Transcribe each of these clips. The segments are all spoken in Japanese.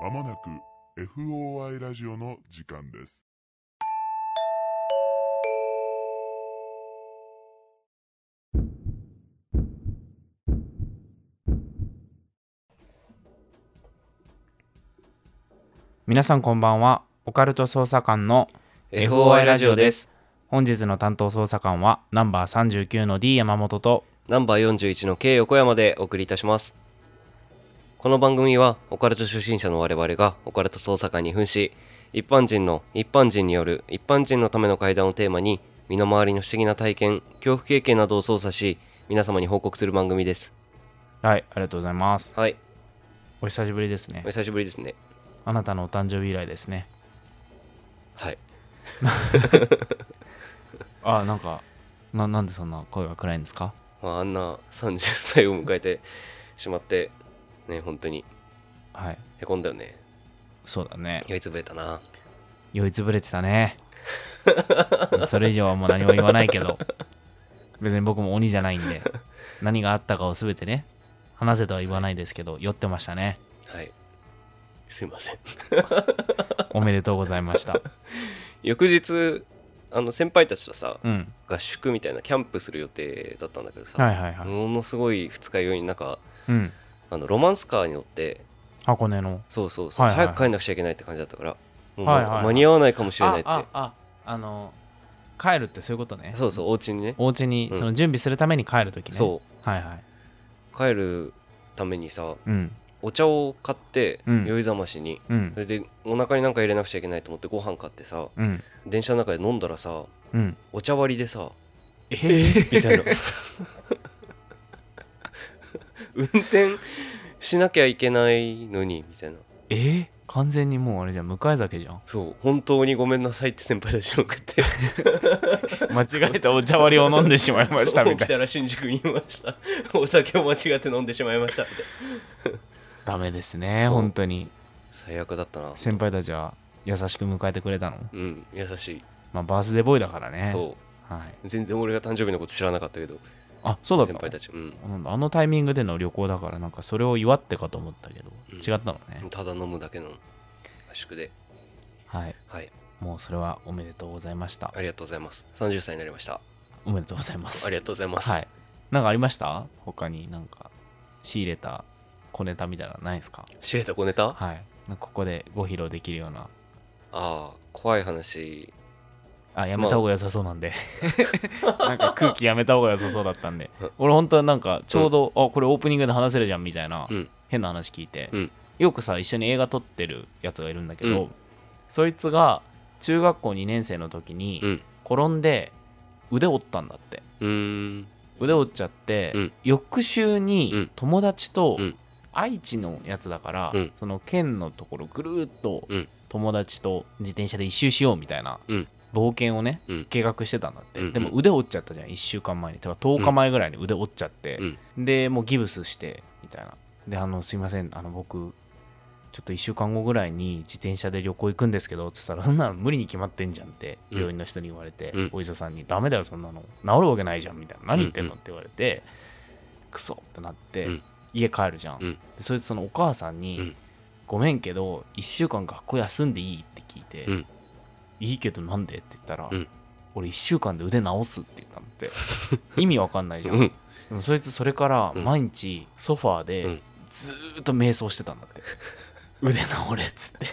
まもなく FOI ラジオの時間です。皆さんこんばんはオカルト捜査官の FOI ラジオです。本日の担当捜査官はナンバー39の D 山本とナンバー41の K 横山でお送りいたします。この番組はオカルト初心者の我々がオカルト捜査官に扮し、一般人の一般人による一般人のための会談をテーマに、身の回りの不思議な体験、恐怖経験などを操作し、皆様に報告する番組です。はいありがとうございますはい、お久しぶりですねお久しぶりですね。あなたのお誕生日以来ですねはい。あなんかななんでそんな声が暗いんですかまあ、あんな30歳を迎えてしまって、ね、本当にはいへこんだよね。そうだね酔いつぶれたな。酔いつぶれてたね それ以上はもう何も言わないけど別に僕も鬼じゃないんで何があったかを全てね話せとは言わないですけど酔ってましたねはい。すいません。おめでとうございました翌日、あの先輩たちとさ、 うん合宿みたいなキャンプする予定だったんだけどさ、はいはいはいものすごい二日酔いになんかうんあのロマンスカーに乗って箱根のそうそうそう、はいはい早く帰んなくちゃいけないって感じだったからもうはいはいはい間に合わないかもしれないって、ああああの帰るってそういうことねそうそうお家にねお家にうんその準備するために帰るときね、そはいはいう帰るためにさうんお茶を買って、うん酔いざましにうそんれでお腹になんか入れなくちゃいけないと思ってご飯買ってさうん電車の中で飲んだらさうんお茶割りでさえみたいな 運転しなきゃいけないのにみたいなえ完全にもうあれじゃん向井酒じ ゃんそう本当にごめんなさいって先輩たちに送って間違えてお茶割りを飲んでしまいましたみた 起きいなたら新宿にいました お酒を間違って飲んでしまいましたみたいなダメですねそう本当に最悪だったな先輩たちは優しく迎えてくれたのうん優しい、まあバースデーボーイだからね、そうはい、全然俺が誕生日のこと知らなかったけどあそうだった先の輩たちうんなんだあのタイミングでの旅行だからなんかそれを祝ってかと思ったけど、うん違ったのね、ただ飲むだけの合宿ではいはいもうそれはおめでとうございましたありがとうございます30歳になりましたおめでとうございますありがとうございます、はい。なんかありました他になんか仕入れた小ネタみたいなのないですか知れた小ネタあはい。なんかここでご披露できるような。あ怖い話あ、やめた方が良さそうなんで。 なんか空気やめた方が良さそうだったんで。俺本当はなんかちょうど、あ、これオープニングで話せるじゃんみたいなうん変な話聞いて、うんよくさ、一緒に映画撮ってるやつがいるんだけど、うんそいつが中学校2年生の時にうん転んで腕折ったんだって。うーん腕折っちゃって、うん翌週うにん友達とうん愛知のやつだから、うんその県のところぐるーっとうん友達と自転車で一周しようみたいなうん冒険をね、うん計画してたんだって、うんうんでも腕折っちゃったじゃん1週間前にとか10日前ぐらいに腕折っちゃって、でもうギブスしてみたいなであのすいませんあの僕ちょっと1週間後ぐらいに自転車で旅行行くんですけどっつったらそんなの無理に決まってんじゃんってうん病院の人に言われて、うんお医者さんに「ダメだよそんなの治るわけないじゃん」みたいな「何言ってんの?」って言われて、クソってなって、うん家帰るじゃん、うんでそいつそのお母さんに、うんごめんけど1週間学校休んでいい?」って聞いて「うんいいけどなんで?」って言ったら「うん俺1週間で腕治す」って言ったのって意味わかんないじゃんう、んでもそいつそれからうん毎日ソファーうでんずーっと瞑想してたんだ って、腕治れっつって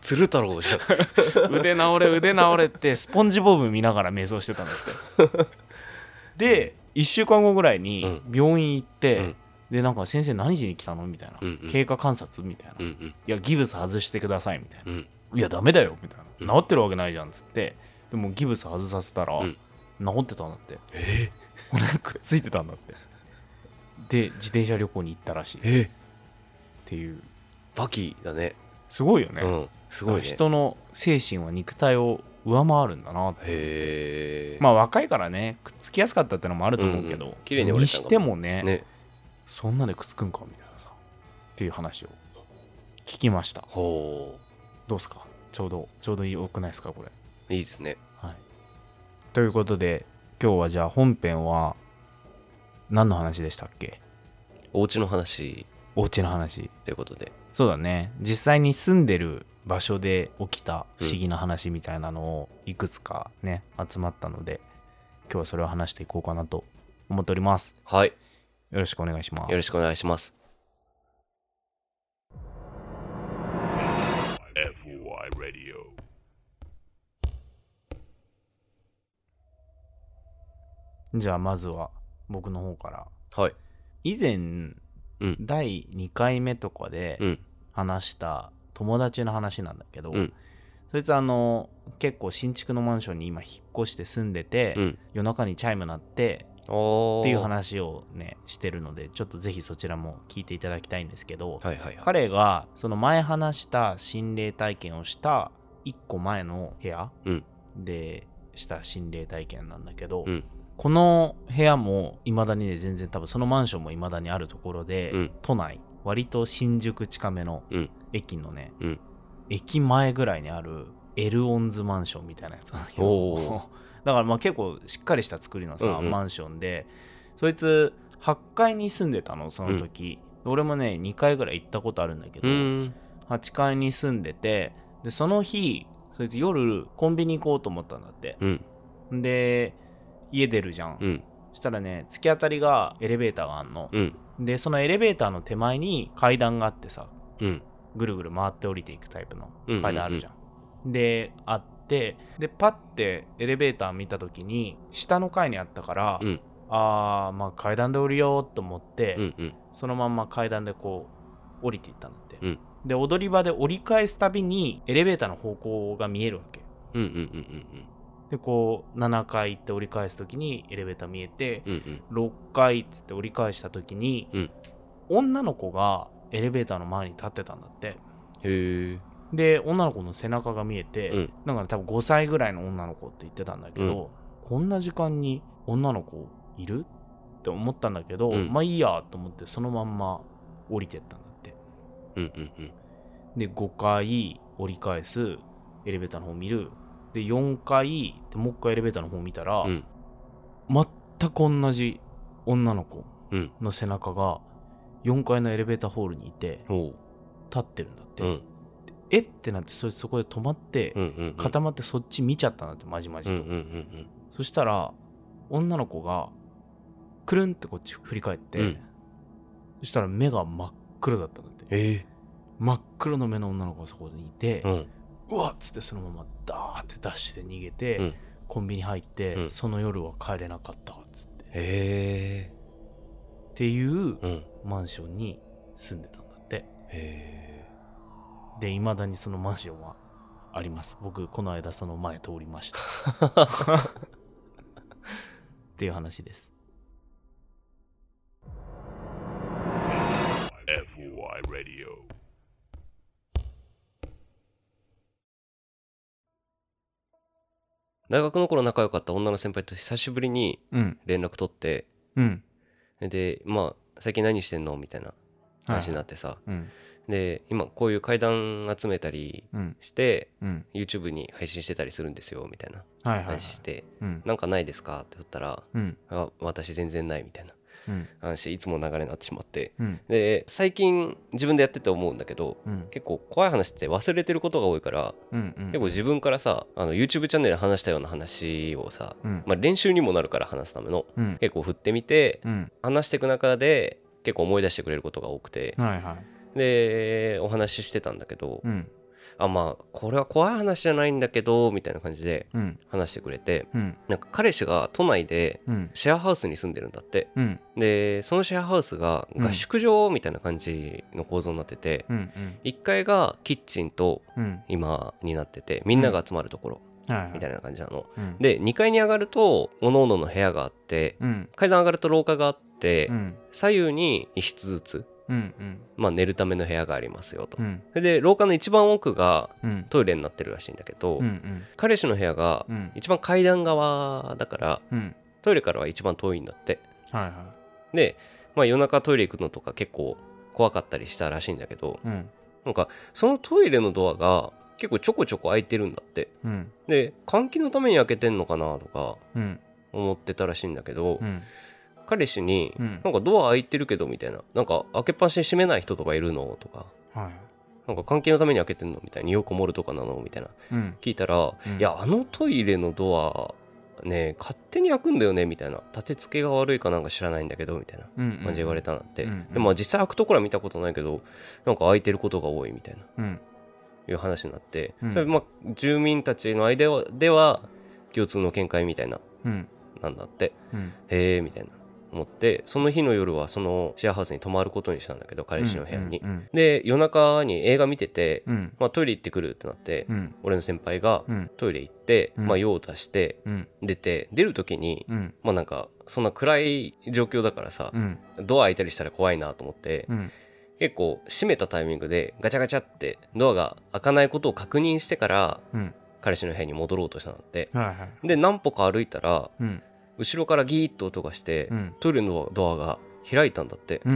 鶴太郎じゃん腕治れ腕治れってスポンジボブ見ながら瞑想してたんだってで1週間後ぐらいに病院行って、うんでなんか先生何時に来たのみたいな、うんうん経過観察みたいな、ういんやギブス外してくださいみたいなうんうんいやダメだよみたいなうん治ってるわけないじゃんっつってでもギブス外させたら、うん治ってたんだってえ骨くっついてたんだってで自転車旅行に行ったらしいっえていうバキだねすごいよね、うんすごいね人の精神は肉体を上回るんだなってへえまあ若いからねくっつきやすかったってのもあると思うけど、うんうん綺麗に折れたしのかもてもねねそんなでくっつくんかみたいなさっていう話を聞きましたほどうすかちょうどちょうどよくないですかこれういいですねはい、ということで今日はじゃあ本編は何の話でしたっけお家の話お家の話ということで。そうだね実際に住んでる場所で起きた不思議な話みたいなのをいくつかね集まったので今日はそれを話していこうかなと思っておりますはい。よろしくお願いしますよろしくお願いします。 FOI Radio じゃあまずは僕の方からはい。以前うん第2回目とかでうん。話した友達の話なんだけど、うんそいつあの結構新築のマンションに今引っ越して住んでて、うん。夜中にチャイム鳴っておっていうは話をねしてるのでちょっとぜひそちらも聞いていただきたいんですけど、いはいはい。彼がその前話した心霊体験をした1個前の部屋うんでした心霊体験なんだけど、うんこの部屋も未だにね全然多分そのマンションも未だにあるところで、うん都内割と新宿近めのうん駅のね、うん駅前ぐらいにあるエルオンズマンションみたいなやつなんだけおーど だからまあ結構しっかりした作りのさ、うんうんマンションでそいつ8階に住んでたのその時、俺もね2回ぐらい行ったことあるんだけうど、ーん。 8階に住んでてでその日そいつ夜コンビニ行こうと思ったんだって、うん。で家出るじゃん、うん。そしたらね突き当たりがエレベーターがあんの、うん。でそのエレベーターの手前に階段があってさうん。ぐるぐる回って降りていくタイプのうんうんうん階段あるじゃん,、であってでパッてエレベーター見た時に下の階にあったから、うんあーまあ階段で降りようと思って、うん。うん。そのまんま階段でこう降りていったんだって、うんで踊り場で折り返すたびにエレベーターの方向が見えるわけうん。うん。うん。でこう7階行って折り返す時にエレベーター見えて、うん。うん。 6階っつって折り返した時に、うん女の子がエレベーターの前に立ってたんだってへえ。で女の子の背中が見えて、うんなんかね多分5歳ぐらいの女の子って言ってたんだけど、こんな時間に女の子いるって思ったんだけど、うんまあいいやと思ってそのまんま降りてったんだってうん。うん。うん。で5回折り返すエレベーターの方見るで4回でもう1回エレベーターの方見たら、うん全く同じ女の子うんの背中が4階のエレベーターホールにいておう。立ってるんだって、うん。えってなってそれそこで止まって、うん。うん。固まってそっち見ちゃったんだってまじまじうん。うと、ん。うん。そしたら女の子がくるんってこっち振り返って、うんそしたら目が真っ黒だったんだってへえ。真っ黒の目の女の子がそこにいて、うん。うわっつってそのままダーってダッシュで逃げて、うんコンビニ入って、うんその夜は帰れなかったっつってっへえ。ていううん。へマンションに住んでたんだってえ。でいまだにそのマンションはあります僕この間その前通りま したっていう話です FOI Radio 大学の頃仲良かった女の先輩と久しぶりにうん連絡取って、うんで、まあ、最近何してんのみたいな話になっってさ。うんで、今こういう階段集めたりうんして、うん、 YouTube に配信してたりするんですよ、みたいなはいはい、はい話して、うんなんかないですかって言ったら、うんあ私全然ないみたいなうん話、いつもの流れになってしまって。うんで、最近自分でやってて思うんだけど、うん結構怖い話って忘れてることが多いから、うんうん結構自分からさ、あの YouTube チャンネルで話したような話をさ、うんまあ、練習にもなるから話すためのうん結構振ってみてうん話していく中で結構思い出してくれることが多くてはいはいでお話ししてたんだけどうんあまあこれは怖い話じゃないんだけどみたいな感じでうん話してくれてうんなんか彼氏が都内でうんシェアハウスに住んでるんだってうんでそのシェアハウスが合宿場みたいな感じの構造になっててうんうん1階がキッチンとうん今になっててみんなが集まるところはいはいみたいな感じなのうんで2階に上がると各々の部屋があってうん階段上がると廊下があって、うん左右に一室ずつ、うんうんまあ、寝るための部屋がありますよと、うんそれで廊下の一番奥がうんトイレになってるらしいんだけど、うんうん彼氏の部屋がうん一番階段側だからうんトイレからは一番遠いんだってはいはで、まあ、夜中トイレ行くのとか結構怖かったりしたらしいんだけどいうんなんかそのトイレのドアが結構ちょこちょこ開いてるんだってうんで換気のために開けてんのかなとかうん思ってたらしいんだけど、うん彼氏に、うんなんかドア開いてるけどみたいな、なんか開けっぱなしに閉めない人とかいるのとか、はい。なんか関係のために開けてんのみたいに、よくもるとかなのみたいな、うん。聞いたら、うんいや、あのトイレのドア、ね、勝手に開くんだよねみたいな、立て付けが悪いかなんか知らないんだけど、みたいなうん、うん。感じで言われたなって。うんうんでもまあ実際開くところは見たことないけど、なんか開いてることが多いみたいな。うん。いう話になって、うんそれまあ、住民たちの間ではでは共通の見解みたいなうん。なんだってうん。へえみたいな思ってその日の夜はそのシェアハウスに泊まることにしたんだけど彼氏の部屋に、うん。で夜中に映画見てて、うん。まあ、トイレ行ってくるってなって、うん。俺の先輩がうん。トイレ行って、うんまあ、用を足してうん。出て出る時に、うん。まあなんかそんな暗い状況だからさう、ん。ドア開いたりしたら怖いなと思って、うん。結構閉めたタイミングでガチャガチャってドアが開かないことを確認してからうん。彼氏の部屋に戻ろうとしたのってはいはい。で何歩か歩いたらうん。後ろからギーッと音がして、うん。トイレのドアが開いたんだって、うん。う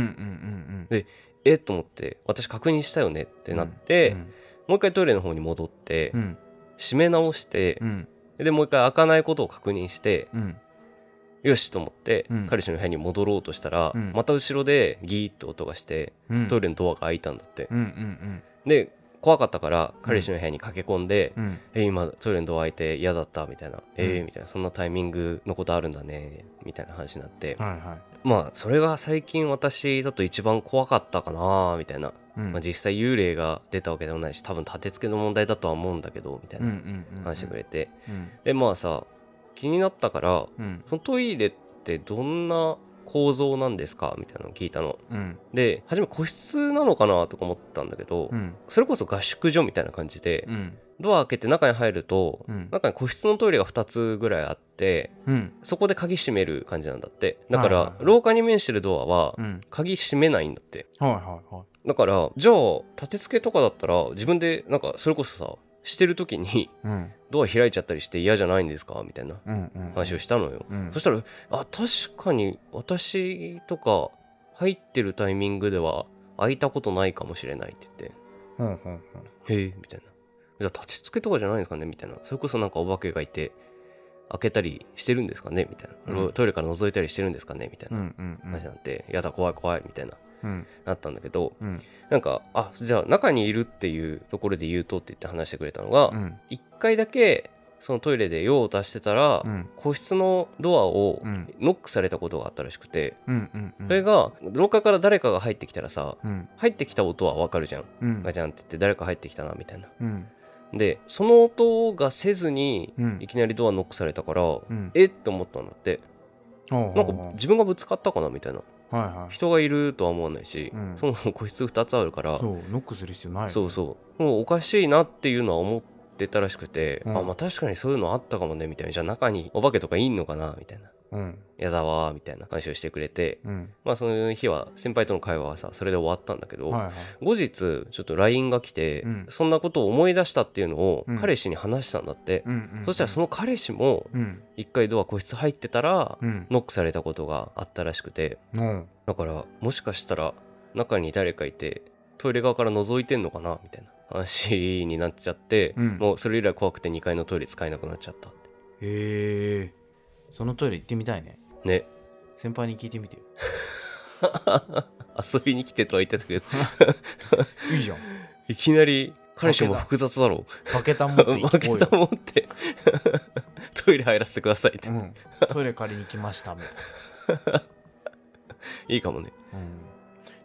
ん。えっと思って私確認したよねってなって、うん。もう一回トイレの方に戻って、うん。閉め直してう、ん。でもう一回開かないことを確認して、うん。よしと思って、うん彼氏の部屋に戻ろうとしたら、うんまた後ろでギーッと音がしてうん。トイレのドアが開いたんだって、うん。うん。で怖かったから彼氏の部屋に駆け込んで、うん。え今トイレのドア開いて嫌だったみたいな、えーみたいなそんなタイミングのことあるんだねみたいな話になって、はいはい。まあそれが最近私だと一番怖かったかなみたいな、うん。まあ、実際幽霊が出たわけでもないし多分立て付けの問題だとは思うんだけどみたいうん。う。なんうん。話してくれて、うん。でまあさ気になったからうん。そのトイレってどんな構造なんですかみたいなのを聞いたのうん。で初め個室なのかなとか思ったんだけど、うん。それこそ合宿所みたいな感じで、うん。ドア開けて中に入ると、うん中に個室のトイレが2つぐらいあってうん。そこで鍵閉める感じなんだってだかはいらはいはい廊下に面してるドアはうん。鍵閉めないんだってはいはいはい。だからじゃあ立て付けとかだったら自分でなんかそれこそさしてる時に うん。ドア開いちゃったりして嫌じゃないんですかみたいなうん。うん。話をしたのよ、うんそしたらあ確かに私とか入ってるタイミングでは開いたことないかもしれないって言ってうん。うん。うん。へえみたいなじゃあ立ちつけとかじゃないんですかねみたいなそれこそなんかお化けがいて開けたりしてるんですかねみたいな、うんトイレから覗いたりしてるんですかねみたいうん。う。なん話になって、やだ怖い怖いみたいなうん。なったんだけどうん。なんかあじゃあ中にいるっていうところで言うとって言って話してくれたのが、うん。一回だけそのトイレで用を足してたら、うん。個室のドアをうんノックされたことがあったらしくて、うん。うん。それが廊下から誰かが入ってきたらさうん。入ってきた音はわかるじゃん、うん。ガチャンって言って誰か入ってきたなみたいなうん。でその音がせずにうんいきなりドアノックされたから、うん。えっって思ったんだってななんか自分がぶつかったかなみたいなはいはい。人がいるとは思わないし、うんそもそも個室2つあるからそう、ノックする必要ないよね。そうそうもうおかしいなっていうのは思ってたらしくて、うんあまあ確かにそういうのあったかもねみたいなじゃあ中にお化けとかいんのかなみたいなうん。やだわーみたいな話をしてくれてうん。まあその日は先輩との会話はさそれで終わったんだけど、はいはい。後日ちょっと LINE が来て、うんそんなことを思い出したっていうのをうん彼氏に話したんだって、うんうん。そしたらその、の彼氏もうん。一回ドア個室入ってたらうん。ノックされたことがあったらしくてうん。だからもしかしたら中に誰かいてトイレ側から覗いてんのかなみたいな話になっちゃって、うんもうそれ以来怖くて2階のトイレ使えなくなっちゃったっへえ。そのトイレ行ってみたいね。てね 先輩に聞いてみてよ。遊びに来てとは言って たけどいいじゃん。いきなり彼氏も複雑だろバケタン持って行負こけうたよ。もんって トイレ入らせてくださいって、うん。トイレ借りに来ましたみたいいいかもねな。うん。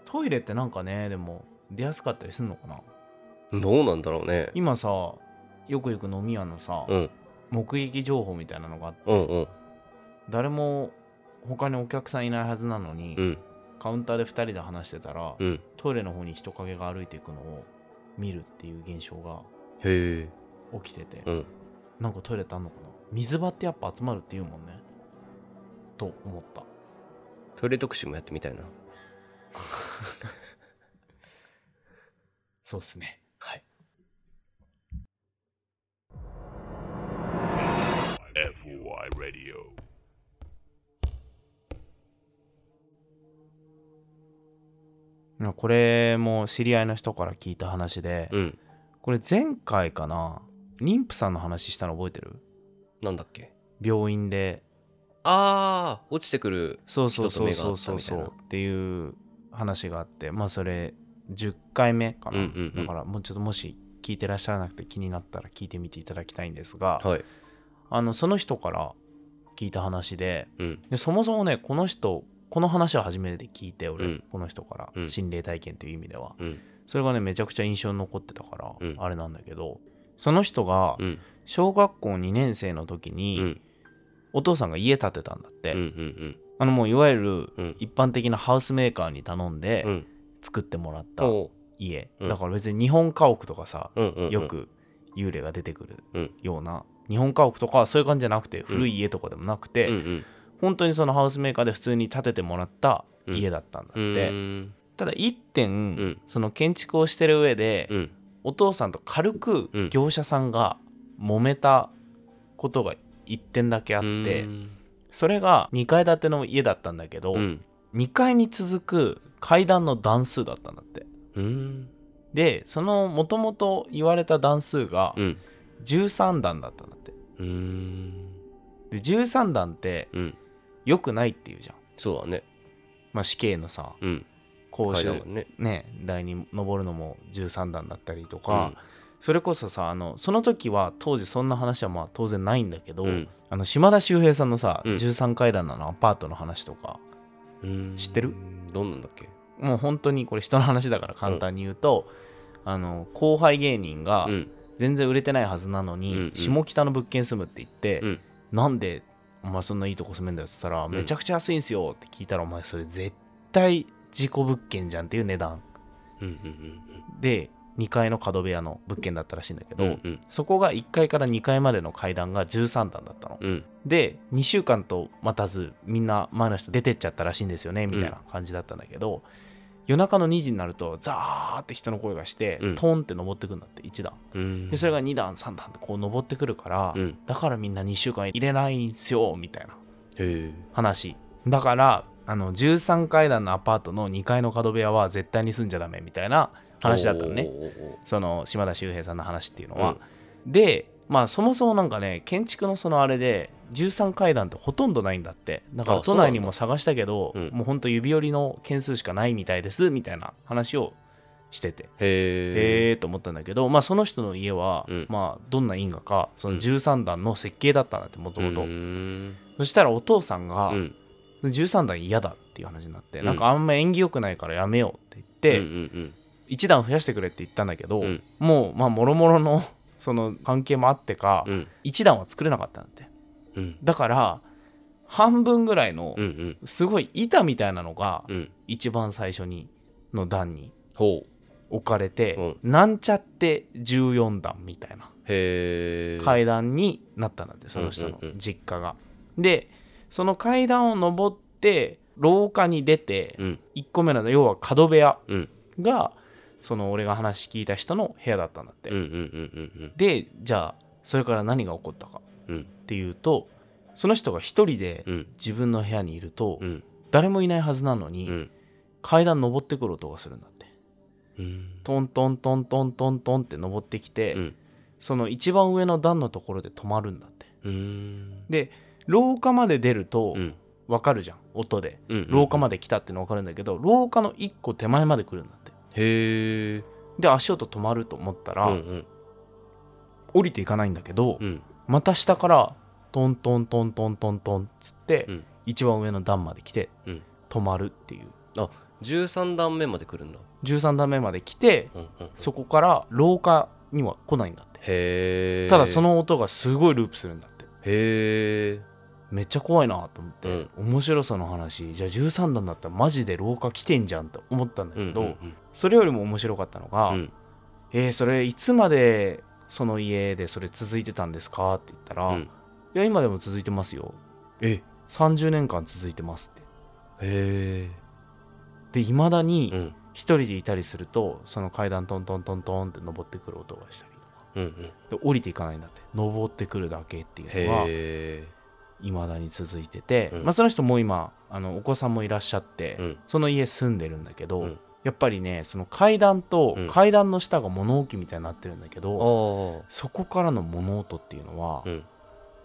トイレってなんかね、でも、出やすかったりするのかなどうなんだろうね今さ、よくよく飲み屋のさ、うん目撃情報みたいなのがあってうんうん誰も他にお客さんいないはずなのに、うんカウンターで2人で話してたら、うんトイレの方に人影が歩いていくのを見るっていう現象がへえ起きてて、うんなんかトイレってあんのかな水場ってやっぱ集まるっていうもんねと思ったトイレ特集もやってみたいなそうっすねはい。 FOI Radio これも知り合いの人から聞いた話で、うんこれ前回かな妊婦さんの話したの覚えてるなんだっけ病院でああ落ちてくるそうそうそう人と目そが合うったそうみたそいなうっていう話があってまあそれ10回目かな、うんうんうんだからもうちょっともし聞いてらっしゃらなくて気になったら聞いてみていただきたいんですが、はいあのその人から聞いた話でうんでそもそもねこの人この話を初めて聞いて俺、うんこの人から、うん心霊体験という意味ではうんそれがねめちゃくちゃ印象に残ってたから、うんあれなんだけどその人がうん小学校2年生の時うに、んお父さんが家建てたんだって、うんうんあのもういわゆうんる一般的なハウスメーカーに頼んでうん作ってもらったおう家、うんだから別に日本家屋とかさ、うんうんうんよく幽霊が出てくるうんような日本家屋とかはそういう感じじゃなくて古い家とかでもなくて、うんうん本当にそのハウスメーカーで普通に建ててもらった家だったんだっうて、ーんただ一点、うんその建築をしてる上で、うんお父さんと軽くうん業者さんが揉めたことが一点だけああって、それが2階建ての家だったんだけど、うん2階に続く階段の段数だったんだってうんでそのもともと言われた段数がうん13段だったんだってうーんで13段ってうん良くないっていうじゃん、そうだねまあ、死刑のさうん公階衆段がねね台に登るのも13段だったりとか、それこそさあのその時は当時そんな話はまあ当然ないんだけど、うんあの島田秀平さんのさ、うん13階段のあのアパートの話とかうん知ってるどんなんだっけもう本当にこれ人の話だから簡単に言うと、あの後輩芸人がうん全然売れてないはずなのに、うんうん下北の物件住むって言って、うんなんでお前そんないいとこ住めんだよって言ったら、んめちゃくちゃ安いんすよって聞いたらお前それ絶対事故物件じゃんっていう値段うんうんで2階の角部屋の物件だったらしいんだけうど、んうんうんそこが1階から2階までの階段が13段だったの。うんで2週間と待たずみんな前の人出てっちゃったらしいんですよねみたいな感じだったんだけど、夜中の2時になるとザーって人の声がして、うんトンって登ってくんだって1段うんでそれが2段3段ってこう登ってくるから、うんだからみんな2週間入れないんすよみたいなへ話だからあの13階段のアパートの2階の角部屋は絶対に住んじゃダメみたいな話だったのねその島田秀平さんの話っていうのは、でまあそもそもなんかね建築のそのあれで13階段ってほとんどないんだってだからあそ都うなんだ内にも探したけどうんもうほんと指折りの件数しかないみたいですみたいな話をしててへえええー、と思ったんだけどまあその人の家は、うんまあどんな因果かその13段の設計だったんだってもともとうんそしたらお父さんが、うん13段嫌だっていう話になって、うんなんかあんま縁起良くないからやめようって言って、うんうん1段増やしてくれって言ったんだけど、うんもうまあもろもろの その関係もあってか、うん1段は作れなかったんだってうんだから半分ぐらいのうんうんすごい板みたいなのがうん一番最初にの段にほう置かれて、うなんちゃって14段みたいなへえ階段になったんだってその人のうんうんうん実家が。でその階段を登って廊下に出て、うん1個目の要は角部屋うんがその俺が話聞いた人の部屋だったんだって、うんうんうんうんでじゃあそれから何が起こったかうんっていうとその人が一人でうん自分の部屋にいると、うん誰もいないはずなのに、うん階段登ってくる音がするんだってうんトントントントントントンって登ってきて、うんその一番上の段のところで止まるんだってうんで廊下まで出るとうん分かるじゃん音でうん廊下まで来たっての分かるんだけど廊下の一個手前まで来るんだってへえで足音止まると思ったら、うんうん降りていかないんだけど、うんまた下からトントントントントントンっつって、うん一番上の段まで来て、うん止まるっていう13段目まで来るんだ13段目まで来てうんうんうんそこから廊下には来ないんだって、へえただその音がすごいループするんだってへえめっちゃ怖いなと思って、面白さの話じゃあ13段だったらマジで廊下来てんじゃんと思ったんだけど、それよりも面白かったのが、うんえーそれいつまでその家でそれ続いてたんですかって言ったら、うんいや今でも続いてますよえへ30年間続いてますってえでいまだうにん一人でいたりするとその階段トントントントンって登ってくる音がしたりうんうんとかで降りていかないんだって登ってくるだけっていうのがへえいまだに続いてて、うんまあ、その人も今あのお子さんもいらっしゃって、うんその家住んでるんだけど、うんやっぱりねその階段とうん階段の下が物置みたいになってるんだけど、ああそこからの物音っていうのは、うん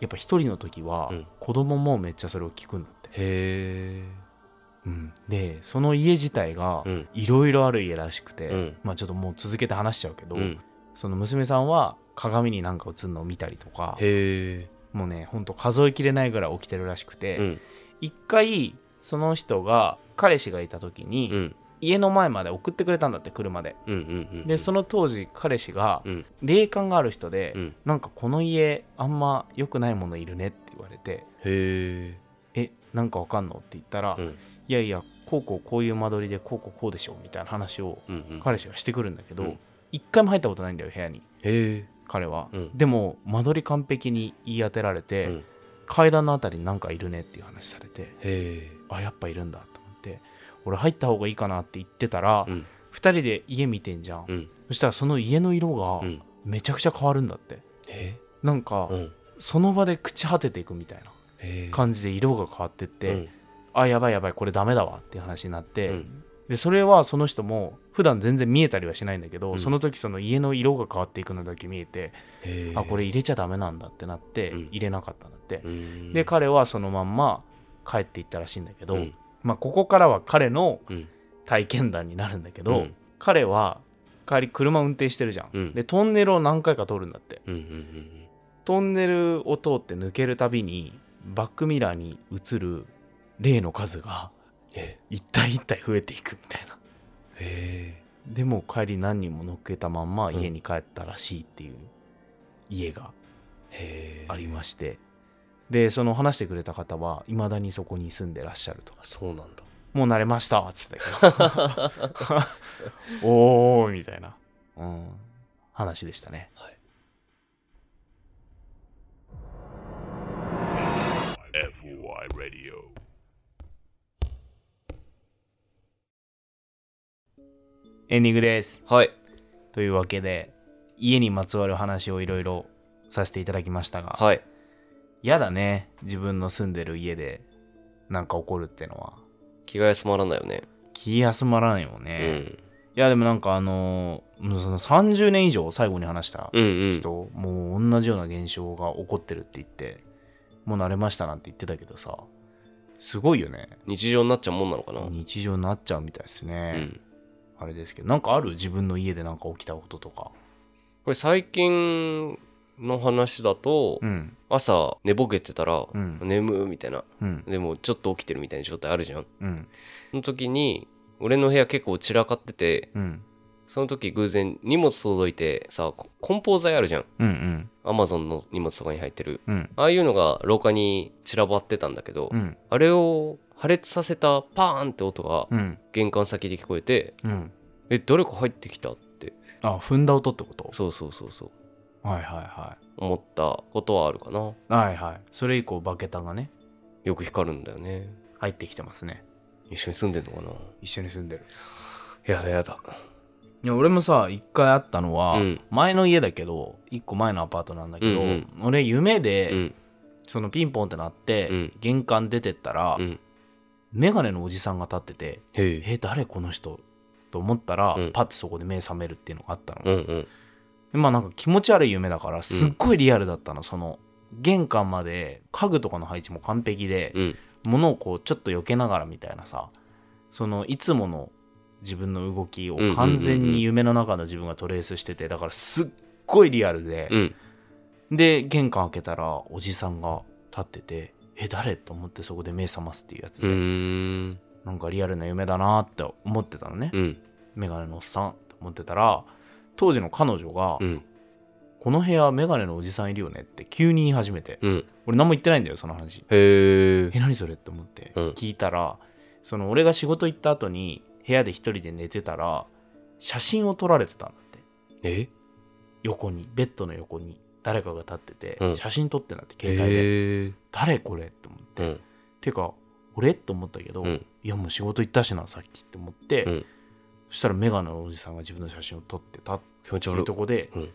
やっぱ一人の時はうん子供もめっちゃそれを聞くんだって、へうんでその家自体がうんいろいろある家らしくて、うんまあちょっともう続けて話しちゃうけえど、うんその娘さんは鏡になんか映るのを見たりとかへえもうねほんと数えきれないぐらい起きてるらしくうてん一、回その人が彼氏がいた時に、うん家の前まで送ってくれたんだって車でうんうんうんでその当時彼氏がうん霊感がある人で、うんなんかこの家あんま良くないものいるねって言われてへええなんかわかんのって言ったら、うんいやいやこうこうこういう間取りでこうこうこうでしょみたいな話をうんうん彼氏がしてくるんだけど、うん一回も入ったことないんだよ部屋にへえ彼は、うんでも間取り完璧に言い当てられて、うん階段のあたりになんかいるねっていう話されてへえあやっぱいるんだと思って俺入った方がいいかなって言ってたら、うん二人で家見てんじゃん、うんそしたらその家の色がうんめちゃくちゃ変わるんだってへなんか、えうんその場で朽ち果てていくみたいなへえ感じで色が変わってって、うんあやばいやばいこれダメだわっていう話になって、うんでそれはその人も普段全然見えたりはしないんだけど、うんその時その家の色が変わっていくのだけ見えて、へえあこれ入れちゃダメなんだってなって、うん入れなかったんだって、うんで彼はそのまんま帰っていったらしいんだけど、うんまあ、ここからは彼のうん体験談になるんだけうど、ん彼は帰り車運転してるじゃん、うんでトンネルを何回か通るんだってうんうんトンネルを通って抜けるたびにバックミラーに映る霊の数がうんへ一体一体増えていくみたいなえへでも帰り何人も乗っけたまんまうん家に帰ったらしいっていう家がえへえありまして、でその話してくれた方は未だにそこに住んでらっしゃるとあそうなんだもう慣れましたっ つって おーみたいな、うん、話でしたねはい FOI Radio エンディングですはいというわけで家にまつわる話をいろいろさせていただきましたが、はいやだね自分の住んでる家でなんか起こるってのは気が休まらないよね気休まらないようね、いんやでもなんかあのーもうその30年以上最後に話したうんうん人、もう同じような現象が起こってるって言ってもう慣れましたなんて言ってたけどさすごいよね日常になっちゃうもんなのかなう日常になっちゃうみたいですね、んあれですけどなんかある自分の家でなんか起きたこととかこれ最近の話だとうん朝寝ぼけてたらうん眠みたいなうんでもちょっと起きてるみたいな状態あるじゃんうんその時に俺の部屋結構散らかっててうんその時偶然荷物届いてさこ梱包材あるじゃんうんうんアマゾンの荷物とかに入ってるうんああいうのが廊下に散らばってたんだけど、うんあれを破裂させたパーンって音がうん玄関先で聞こえてうん「え誰か入ってきた?」ってあ踏んだ音ってことそうそうそうそうはいはいは思ったことはあるかないはいはいそれ以降バケタがねよく光るんだよね入ってきてますね一緒に住んでんのかな一緒に住んでるやだやだいや俺もさ一回あったのは、うん前の家だけど一個前のアパートなんだけど、うん俺夢で、うんそのピンポンってなって、うん玄関出てったら、うんメガネのおじさんが立っててへ「ええ誰この人?」と思ったら、うんパッてそこで目覚めるっていうのがあったの、うんうんでまあなんか気持ち悪い夢だからすっごいリアルだったの、その玄関まで家具とかの配置も完璧で、うん物をこうちょっと避けながらみたいなさそのいつもの自分の動きを完全に夢の中の自分がトレースしててだからすっごいリアルでう、んで玄関開けたらおじさんが立ってて「え誰?」と思ってそこで目覚ますっていうやつうで、ーんなんかリアルな夢だなって思ってたのね、うんメガネのおっさんって思ってたら当時の彼女が「うんこの部屋メガネのおじさんいるよね」って急に言い始めてうん俺何も言ってないんだよその話へええ何それって思ってうん聞いたら、その俺が仕事行った後に部屋で一人で寝てたら写真を撮られてたんだってえ横にベッドの横に誰かが立ってて、うん写真撮ってんだって携帯で、へえ誰これって思って、うんてか俺って思ったけど、うんいやもう仕事行ったしなさっきって思って、うんそしたらメガネのおじさんが自分の写真を撮ってたっ気持ちてい悪いうとこで、うん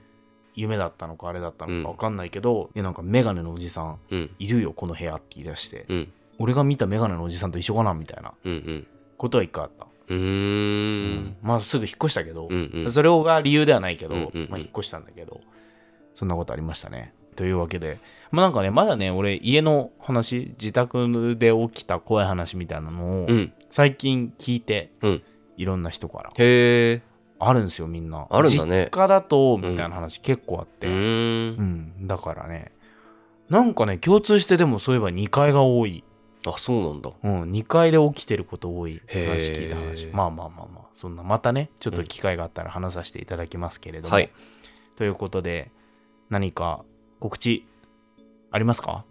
夢だったのかあれだったのかうん分かんないけど、いやなんかメガネのおじさんうんいるよこの部屋って言い出して、うん俺が見たメガネのおじさんと一緒かなみたいなうんうんことは一回あった、ううーんんまあすぐ引っ越したけどう、んうんそれが理由ではないけど、うんうんうんまあ、引っ越したんだけどそんなことありましたねというわけで、まあ、なんかね、まだね、俺、家の話、自宅で起きた怖い話みたいなのをう、ん最近聞いて、うんいろんな人から。へえあるんですよ、みんな。あるんだね実家だと、みたいな話結構あっうて。ーうんん、だからね、なんかね、共通してでもそういえば2階が多い。あそうなんだうん、2階で起きてること多いへー話聞いた話。まあまあまあまあ、そんな、またね、ちょっと機会があったら話させていただきますけれども。はいということで、何か告知ありますか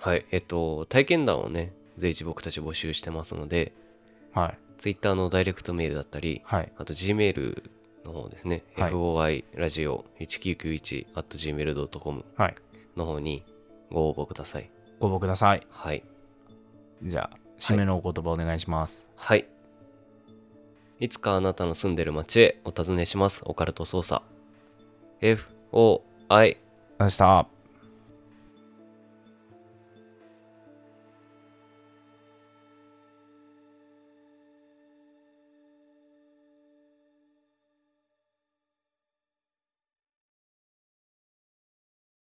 はいえっと体験談をね随時僕たち募集してますのではい。 Twitter のダイレクトメールだったりはい。あと Gmail の方ですね、はい foi ラジオ1991 at gmail.com はいの方にご応募ください。ご応募ください。はい。じゃあ、締めのお言葉お願いします。はい。いつかあなたの住んでる街へお尋ねします。オカルト捜査。FOI 明日。